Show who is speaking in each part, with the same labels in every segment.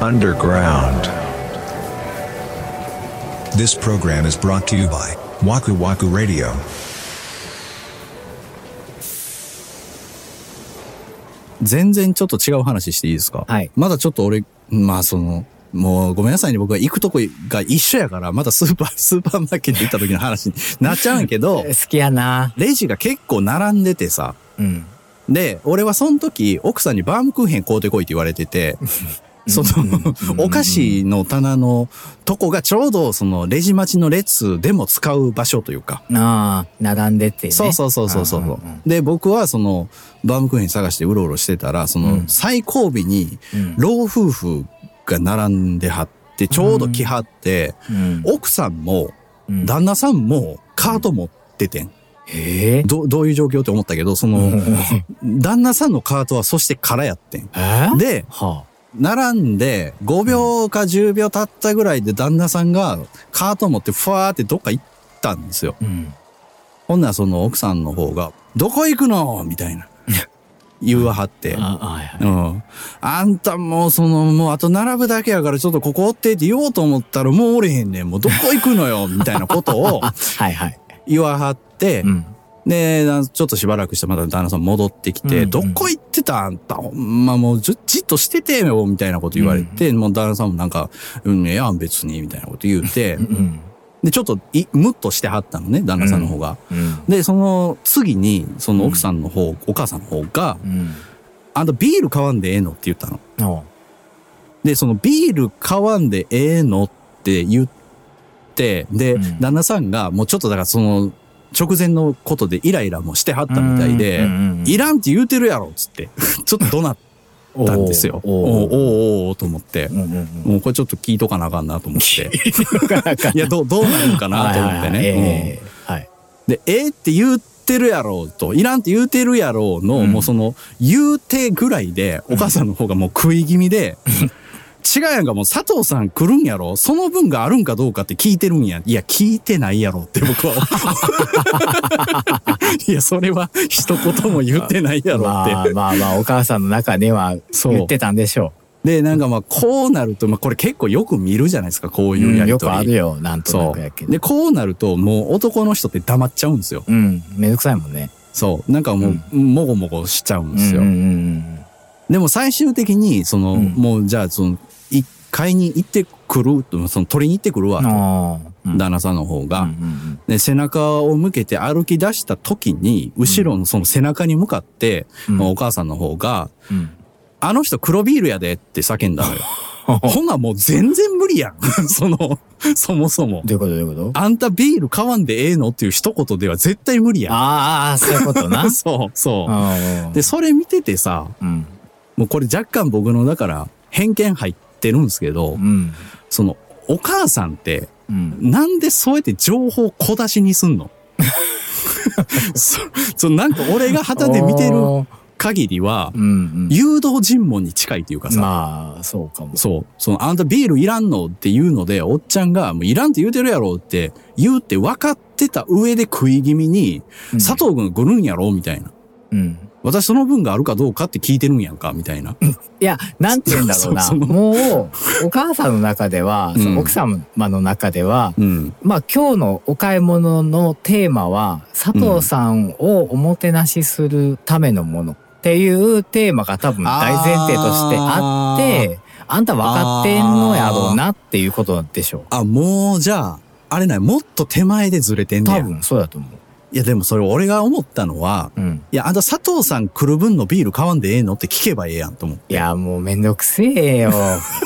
Speaker 1: underground.
Speaker 2: This program is brought to you by Waku Waku Radio.
Speaker 3: 全然ちょっと違う話していいですか
Speaker 4: はい
Speaker 3: まだちょっと俺、まあその、もうごめんなさいね、僕は行くとこが一緒やから、またスーパー、スーパーマーケット行った時の話になっちゃうんやけど
Speaker 4: 好、きやな。
Speaker 3: レジが結構並んでてさ、
Speaker 4: うん。
Speaker 3: で、俺はその時、奥さんにバームクーヘン買うてこいって言われてて、その、お菓子の棚のとこがちょうどそのレジ待ちの列でも使う場所というか、
Speaker 4: なあ、並んでってね。
Speaker 3: そうそうそうそうそう。
Speaker 4: んんん
Speaker 3: で、僕はその、バームクーヘン探してうろうろしてたら、その、
Speaker 4: うん
Speaker 3: 最後尾に
Speaker 4: うん、
Speaker 3: 老夫婦が並んではって、ちょうど来はって、
Speaker 4: うん。
Speaker 3: 奥さんも、
Speaker 4: うん
Speaker 3: 旦那さんも、カート持っててん。
Speaker 4: へえ。
Speaker 3: ど、どういう状況って思ったけど、その、旦那さんのカートはそして空やってん。
Speaker 4: えー
Speaker 3: で、
Speaker 4: は
Speaker 3: 並んで、5秒か10秒経ったぐらいで旦那さんが、カート持って、ふわーってどっか行ったんですよ。
Speaker 4: あ。うん。
Speaker 3: ほんならその奥さんの方が、どこ行くのみたい な。言わはって。
Speaker 4: あ、あはいは
Speaker 3: う
Speaker 4: い。
Speaker 3: ん。あんたもうその、もうあと並ぶだけやからちょっとここおってって言おうと思ったらもうおれへんねん。もうどこ行くのよみたいなことを
Speaker 4: あ、はいはい。
Speaker 3: 言わはって
Speaker 4: う、ん。
Speaker 3: で、なちょっとしばらくしてまた旦那さん戻ってき
Speaker 4: うん
Speaker 3: て、
Speaker 4: うん
Speaker 3: どこ行ってたあんた、ほんまもうじゅじっとしててよみたいなこと言われて、もう旦那さんもなんか、うん、ええやん別に、みたいなこと言うて、
Speaker 4: うん。
Speaker 3: で、ちょっとい、ムッとしてはったのね、旦那さんの方が。
Speaker 4: うん。
Speaker 3: で、その次に、その奥さんの方、お母さんの方が、
Speaker 4: うん。
Speaker 3: あんたビール買わんでええのって言ったの。
Speaker 4: おう
Speaker 3: で、そのビール買わんでええのって言って、で、
Speaker 4: うん
Speaker 3: 旦那さんがもうちょっとだからその直前のことでイライラもしてはったみたいで、
Speaker 4: うんうんうんうん
Speaker 3: いらんって言うてるやろっつって、 ちょっと怒鳴ったんですよ。お
Speaker 4: おう
Speaker 3: お
Speaker 4: おう
Speaker 3: うおうおうと思って。
Speaker 4: うんうんうん。
Speaker 3: もうこれちょっと聞いとかなあかんなと 思って。いや、どう、どうなるんかなと思っ
Speaker 4: はいはい
Speaker 3: て
Speaker 4: はい
Speaker 3: ね。うん
Speaker 4: ええはい。
Speaker 3: で、えーって言ってるやろうと、いらんって言うてるやろうの、もうその、言うてぐらいで、お母さんの方がもう食い気味 で、違うやんか、もう佐藤さん来るんやろその分があるんかどうかって聞いてるんや。いや、聞いてないやろって僕は。 いや、それは一言も言ってないやろ
Speaker 4: ま
Speaker 3: っ
Speaker 4: あ
Speaker 3: て。
Speaker 4: まあまあ、お母さんの中では
Speaker 3: そう
Speaker 4: 言ってたんでしょ
Speaker 3: で、なんかまあ、こうなると、まあこれ結構よく見るじゃないですか、こう
Speaker 4: う。
Speaker 3: いうや
Speaker 4: うん
Speaker 3: り
Speaker 4: よ
Speaker 3: とり。
Speaker 4: くあるよ、なんとな
Speaker 3: そ
Speaker 4: くやけ
Speaker 3: う。
Speaker 4: ど。
Speaker 3: で、こうなると、もう男の人って黙っちゃうんですよ。
Speaker 4: うん。めんどくさいもんね。
Speaker 3: そう。なんかもう、もごもごしちゃうんですよ。
Speaker 4: うんうんうん
Speaker 3: でも最終的に、その、
Speaker 4: うん
Speaker 3: もうじゃあ、その、い買いに行ってくると、その、取りに行ってくるわ
Speaker 4: うん。、ああ。うん
Speaker 3: 旦那さんの方が、
Speaker 4: うんうん
Speaker 3: で、背中を向けて歩き出した時に、後ろのその背中に向かって、
Speaker 4: うん
Speaker 3: まあお母さんの方が、
Speaker 4: うんうん。
Speaker 3: あの人黒ビールやでって叫ん だのよ。ほんならもう全然無理やん。 その、そもそも
Speaker 4: ど。ういうことどういうこと
Speaker 3: あんたビール買わんでええのっていう一言では絶対無理やん。。
Speaker 4: ああ、そういうことな
Speaker 3: そう、そ
Speaker 4: うん
Speaker 3: う。で、それ見ててさ、
Speaker 4: うん。
Speaker 3: もうこれ若干僕のだから偏見入ってるんですけ
Speaker 4: う、
Speaker 3: ど
Speaker 4: ん。
Speaker 3: そのお母さんって
Speaker 4: うん。
Speaker 3: なんでそうやって情報小出しにすんの そそのなんか俺が旗で見てる
Speaker 4: おー
Speaker 3: 限りは
Speaker 4: う、ん
Speaker 3: 誘導尋問に近いというか
Speaker 4: うん。
Speaker 3: さ、
Speaker 4: まあ、そうかも。
Speaker 3: そう、そのあんたビールいらんのって言うので、おっちゃんがもういらんって言うてるやろって言うって分かってた上で食い気味に、
Speaker 4: うん
Speaker 3: 佐藤君来るんやろみたいな。
Speaker 4: うん。
Speaker 3: 私その分があるかどうかって聞いてるんやんかみたいな。
Speaker 4: いや、なんて言うんだろうな。
Speaker 3: そうその
Speaker 4: もう、お母さんの中では、
Speaker 3: うん
Speaker 4: その奥様の中では、
Speaker 3: うん。
Speaker 4: まあ今日のお買い物のテーマは、佐藤さんをおもてなしするためのものっていうテーマが多分大前提としてあって、あんた分かってんのやろうなっていうことでしょ
Speaker 3: あ、もうじゃあ、あれない、もっと手前でずれてん
Speaker 4: う。
Speaker 3: ねや
Speaker 4: 多分そうだと思う。
Speaker 3: いや、でもそれ俺が思ったのは、
Speaker 4: うん。
Speaker 3: いや、あんた佐藤さん来る分のビール買わんでええのって聞けばええやんと思う。
Speaker 4: いや、もうめんどくせえよ。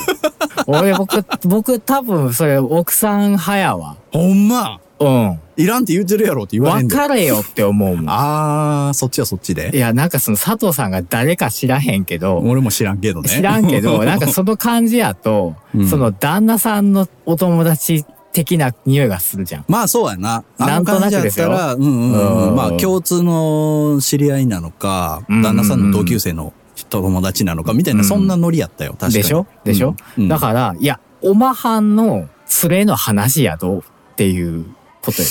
Speaker 4: 俺、僕、僕多分、それ、奥さん派やわ。
Speaker 3: ほんま
Speaker 4: うん。
Speaker 3: いらんって言うてるやろって言われ
Speaker 4: 分
Speaker 3: んで。
Speaker 4: かれよって思うもん。
Speaker 3: あー、そっちはそっち
Speaker 4: い
Speaker 3: で。
Speaker 4: や、なんかその佐藤さんが誰か知らへんけど、
Speaker 3: 俺も知らんけどね。
Speaker 4: 知らんけ ど、なんかその感じやと、
Speaker 3: うん
Speaker 4: その旦那さんのお友達的な匂いがするじゃん。
Speaker 3: まあそうやな。あ
Speaker 4: な
Speaker 3: の
Speaker 4: んと
Speaker 3: 感
Speaker 4: な
Speaker 3: じ
Speaker 4: く
Speaker 3: やっ
Speaker 4: です
Speaker 3: た
Speaker 4: よ
Speaker 3: ら、うんうんう。
Speaker 4: うんん
Speaker 3: まあ共通の知り合いなのか、
Speaker 4: うんうんうん
Speaker 3: 旦那さんの同級生の友達なのか、みたい
Speaker 4: う
Speaker 3: な、
Speaker 4: ん
Speaker 3: そんなノリやったよ。確かに。
Speaker 4: でしょでしょ、
Speaker 3: うんうん
Speaker 4: だから、いや、おまはんの連れの話やどっていうことよ。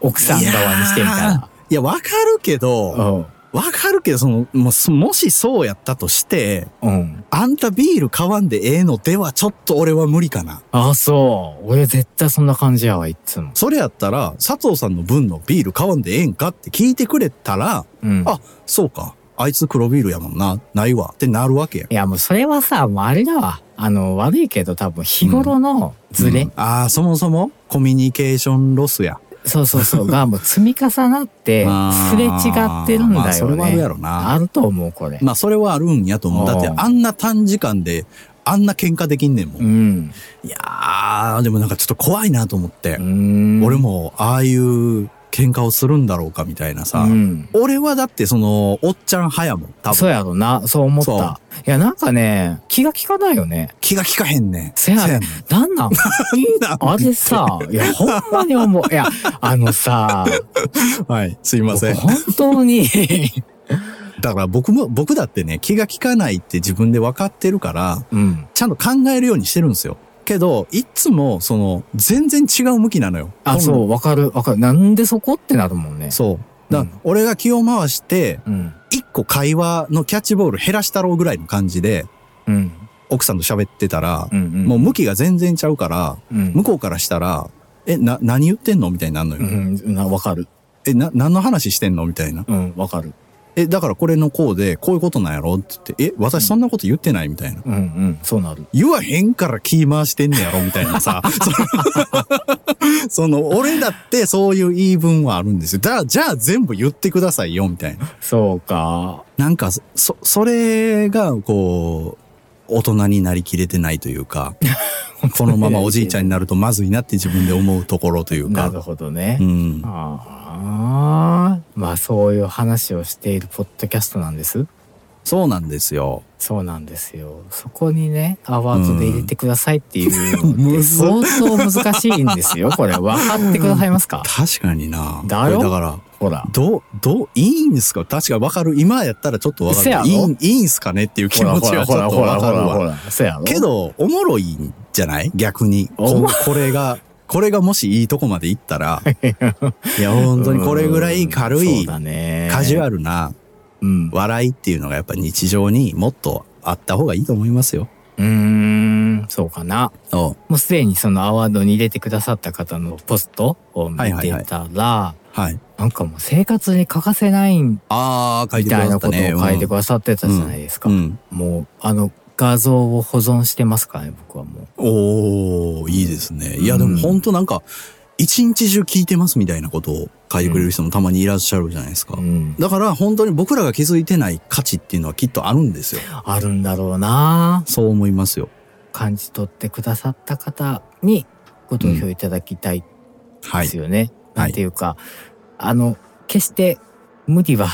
Speaker 4: 奥さん側にしてみた
Speaker 3: いやー
Speaker 4: ら。
Speaker 3: いや、わかるけど、
Speaker 4: うん。
Speaker 3: わかるけど、その、もうそもしそうやったとして、
Speaker 4: うん。
Speaker 3: あんたビール買わんでええのではちょっと俺は無理かな。
Speaker 4: あ、そう。俺絶対そんな感じやわ、いっつも。
Speaker 3: それやったら、佐藤さんの分のビール買わんでええんかって聞いてくれたら、
Speaker 4: うん。
Speaker 3: あ、そうか。あいつ黒ビールやもんな。ないわ。ってなるわけや。
Speaker 4: いや、もうそれはさ、もうあれだわ。あの、悪いけど多分日頃のズレ、
Speaker 3: うんああ、そもそもコミュニケーションロスや。
Speaker 4: そうそうそう、がもう積み重な って、
Speaker 3: あー
Speaker 4: すれ違ってるんだよね。
Speaker 3: まあそれはあるやろな
Speaker 4: あると思う、これ。
Speaker 3: まあそれはあるんやと思う。
Speaker 4: あ
Speaker 3: だ
Speaker 4: ー
Speaker 3: ってあんな短時間で、あんな喧嘩できんねんも。
Speaker 4: うんん。
Speaker 3: いやー、でもなんかちょっと怖いなと思って
Speaker 4: う。ん。
Speaker 3: 俺もああいう喧嘩をするんだろうかみたいなさ。
Speaker 4: うん。
Speaker 3: 俺はだってその、おっちゃんはやもん。多
Speaker 4: そう
Speaker 3: 分。
Speaker 4: やろな、そう思っ
Speaker 3: そう
Speaker 4: た。いや、なんかね、気が利かないよね。
Speaker 3: 気が利かへんねん。
Speaker 4: せや
Speaker 3: せ
Speaker 4: ね
Speaker 3: や
Speaker 4: ん
Speaker 3: ねん。。
Speaker 4: なんなん
Speaker 3: なんなん
Speaker 4: あれさ、いや、ほんまに思う。いや、あのさ、
Speaker 3: はい、すいません。
Speaker 4: 本当 に、
Speaker 3: だから僕も、僕だってね、気が利かないって自分で分かってるから、
Speaker 4: うん。
Speaker 3: ちゃんと考えるようにしてるんですよ。けど、いつも、その、全然違う向きなのよ。
Speaker 4: あ、そう、わかる、わかる。なんでそこってなるもんね。
Speaker 3: そう。だ
Speaker 4: う
Speaker 3: か
Speaker 4: ん
Speaker 3: ら俺が気を回して、
Speaker 4: うん。
Speaker 3: 一個会話のキャッチボール減らしたろうぐらいの感じで、
Speaker 4: うん。
Speaker 3: 奥さんと喋ってたら
Speaker 4: う、んうん。
Speaker 3: もう向きが全然ちゃうから、
Speaker 4: うん、
Speaker 3: 向こうからしたら、え、な、何言ってんのみたいになるの
Speaker 4: う
Speaker 3: よ。
Speaker 4: ん、なわかる。
Speaker 3: え、な、何の話してんのみたいな。
Speaker 4: うん、わかる。
Speaker 3: え、だからこれのこうで、こういうことなんやろって言って、え、私そんなこと言ってないみたいな。
Speaker 4: うんうん、そうなる。
Speaker 3: 言わへんから気回してんねやろみたいな さ。そのその、俺だってそういう言い分はあるんですよ。だ、じゃあ全部言ってくださいよ、みたいな。
Speaker 4: そうか。
Speaker 3: なんか、そ、それが、こう、大人になりきれてないとい うか、このままおじいちゃんになるとまずいなって自分で思うところという
Speaker 4: なる
Speaker 3: か。
Speaker 4: ほどね。
Speaker 3: うん。
Speaker 4: ああ。まあ、そういう話をしているポッドキャストなんです。
Speaker 3: そうなんですよ。
Speaker 4: そうなんですよ。そこにね、アワードで入れてくださいっていう
Speaker 3: うん
Speaker 4: のっ
Speaker 3: む
Speaker 4: て
Speaker 3: ず
Speaker 4: 相当難しいんですよ、これ。わかってくださいます か
Speaker 3: 確かにな。
Speaker 4: だろ
Speaker 3: これだから、
Speaker 4: ほら。
Speaker 3: どう、どう、いいんですか確かにわかる。今やったらちょっとわかるけど。
Speaker 4: せやろ
Speaker 3: いい、いいんすかねっていう
Speaker 4: ほ
Speaker 3: 気
Speaker 4: ら
Speaker 3: 持
Speaker 4: ほ
Speaker 3: ち
Speaker 4: ら
Speaker 3: はち
Speaker 4: ほ
Speaker 3: ょ
Speaker 4: ら
Speaker 3: っと
Speaker 4: ほらほ
Speaker 3: わかる
Speaker 4: らほ
Speaker 3: わ。
Speaker 4: ら。そうやろ
Speaker 3: け、ど、おもろいんじゃない逆に。
Speaker 4: お
Speaker 3: こ
Speaker 4: も
Speaker 3: これが、これがもしいいとこまでいったら、 いや、本当にこれぐらい軽
Speaker 4: うんそ、
Speaker 3: いう
Speaker 4: だね。
Speaker 3: カジュアルな
Speaker 4: うん。
Speaker 3: 笑いっていうのがやっぱ日常にもっとあった方がいいと思いますよ。
Speaker 4: うーん、そうかな。
Speaker 3: お
Speaker 4: もうすでにそのアワードに入れてくださった方のポストを見
Speaker 3: は
Speaker 4: て
Speaker 3: い
Speaker 4: たら、
Speaker 3: はいはい。
Speaker 4: なんかもう生活に欠かせないみ
Speaker 3: ああ、書いてく
Speaker 4: た
Speaker 3: だ
Speaker 4: い
Speaker 3: さ
Speaker 4: な
Speaker 3: っ
Speaker 4: こ
Speaker 3: た
Speaker 4: とを
Speaker 3: ね。
Speaker 4: 書いてく
Speaker 3: だ
Speaker 4: ださってたじゃないですか。
Speaker 3: うん。
Speaker 4: もうあの画像を保存してますからね、僕はもう。
Speaker 3: おー、いいですね。いや、でも本当なんか、一日中聞いてますみたいなことを書いてくれる人もたまにいらっしゃるじゃないですか。
Speaker 4: うん、
Speaker 3: だから本当に僕らが気づいてない価値っていうのはきっとあるんですよ。
Speaker 4: あるんだろうな
Speaker 3: そう思いますよ。
Speaker 4: 感じ取ってくださった方にご投票いただきたい
Speaker 3: は
Speaker 4: で
Speaker 3: い
Speaker 4: す。よね。
Speaker 3: はい
Speaker 4: なんていうか、あの、決して無理は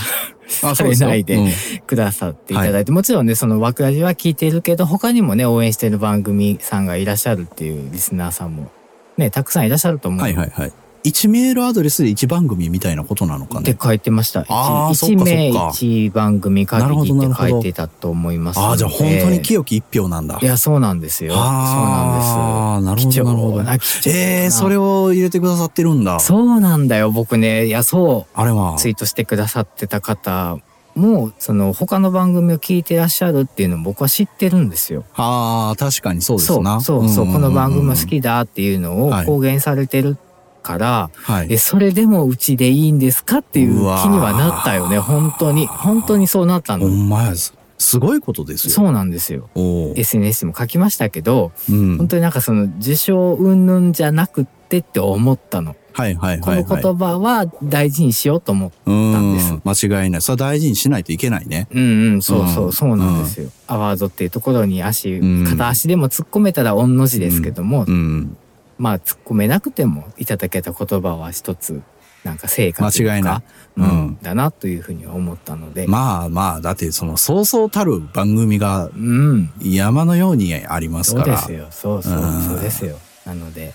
Speaker 3: あ
Speaker 4: されないで。
Speaker 3: そうよ
Speaker 4: くださっていただいて、もちろんねその枠ラジは聞いているけど他にもね応援している番組さんがいらっしゃるっていうリスナーさんもねたくさんいらっしゃると思
Speaker 3: うん
Speaker 4: う、
Speaker 3: はいはいはい。1メールアドレスで1番組みたいなことなのか
Speaker 4: っ
Speaker 3: ね
Speaker 4: て。書いてました
Speaker 3: あーそっ
Speaker 4: 1,
Speaker 3: かそっか
Speaker 4: 名1番組限り
Speaker 3: な
Speaker 4: っ
Speaker 3: る
Speaker 4: て
Speaker 3: ほどなるほど
Speaker 4: 書いてたと思いますので
Speaker 3: ああ、じゃあ本当に清き一票なんだ。
Speaker 4: いやそうなんですよそうな
Speaker 3: ああ、なんる
Speaker 4: です貴
Speaker 3: ほど、なる
Speaker 4: 重
Speaker 3: ほど。
Speaker 4: な貴重な
Speaker 3: ええそれを入れてくださってるんだ。
Speaker 4: そうなんだよ僕ねいやそう
Speaker 3: あれは。
Speaker 4: ツイートしてくださってた方もその他の番組を聞いてらっしゃるっていうのを僕は知ってるんですよ
Speaker 3: ああ、確かにそうですな。
Speaker 4: そうそうそう、
Speaker 3: んんん
Speaker 4: こ
Speaker 3: ん
Speaker 4: の番組も好。きだっていうのを
Speaker 3: はい
Speaker 4: 公言されてるから、
Speaker 3: は
Speaker 4: え
Speaker 3: い。
Speaker 4: それでもうちでいいんですかっていう気
Speaker 3: うわー
Speaker 4: にはなったよね本当に本当にそうなった
Speaker 3: ほ
Speaker 4: の
Speaker 3: んまやす。すごいことですよ。。
Speaker 4: そううなんですよ
Speaker 3: おー
Speaker 4: SNS でも書きましたけど
Speaker 3: うん。
Speaker 4: 本当になんかその受賞云々じゃなくってって思ったの
Speaker 3: はいはい
Speaker 4: こ
Speaker 3: は
Speaker 4: の
Speaker 3: いはい。
Speaker 4: 言葉は大事にしようと思ってんです
Speaker 3: うん。間違いない。それは大事にしないといけないね。
Speaker 4: うんうん、そうそうう、
Speaker 3: ん
Speaker 4: そうなんですよ。アワードっていうところに足、
Speaker 3: うん
Speaker 4: 片足でも突っ込めたら御の字ですけども、
Speaker 3: うん。
Speaker 4: まあ突っ込めなくてもいただけた言葉は一つ、なんか成果というか
Speaker 3: 間違いない
Speaker 4: うん
Speaker 3: うん
Speaker 4: だなというふうには思ったので、
Speaker 3: まあまあ、だってその、そうそうたる番組が
Speaker 4: うん、
Speaker 3: 山のようにあります
Speaker 4: そう
Speaker 3: か
Speaker 4: で
Speaker 3: ら。
Speaker 4: すよ、そうそうう、
Speaker 3: ん
Speaker 4: そうですよ。なので、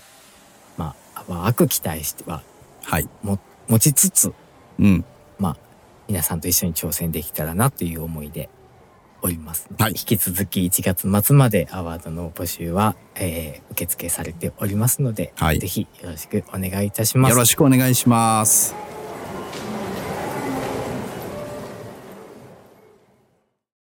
Speaker 4: まあ、まあ、悪期待しては
Speaker 3: はい。
Speaker 4: も持ちつつ、
Speaker 3: うん。
Speaker 4: まあ、皆さんと一緒に挑戦できたらなという思いでおります。
Speaker 3: はい
Speaker 4: 引き続き1月末までアワードの募集は、えー受付されておりますので、
Speaker 3: はい
Speaker 4: ぜひよろしくお願いいたします。
Speaker 3: よろしくお願いします。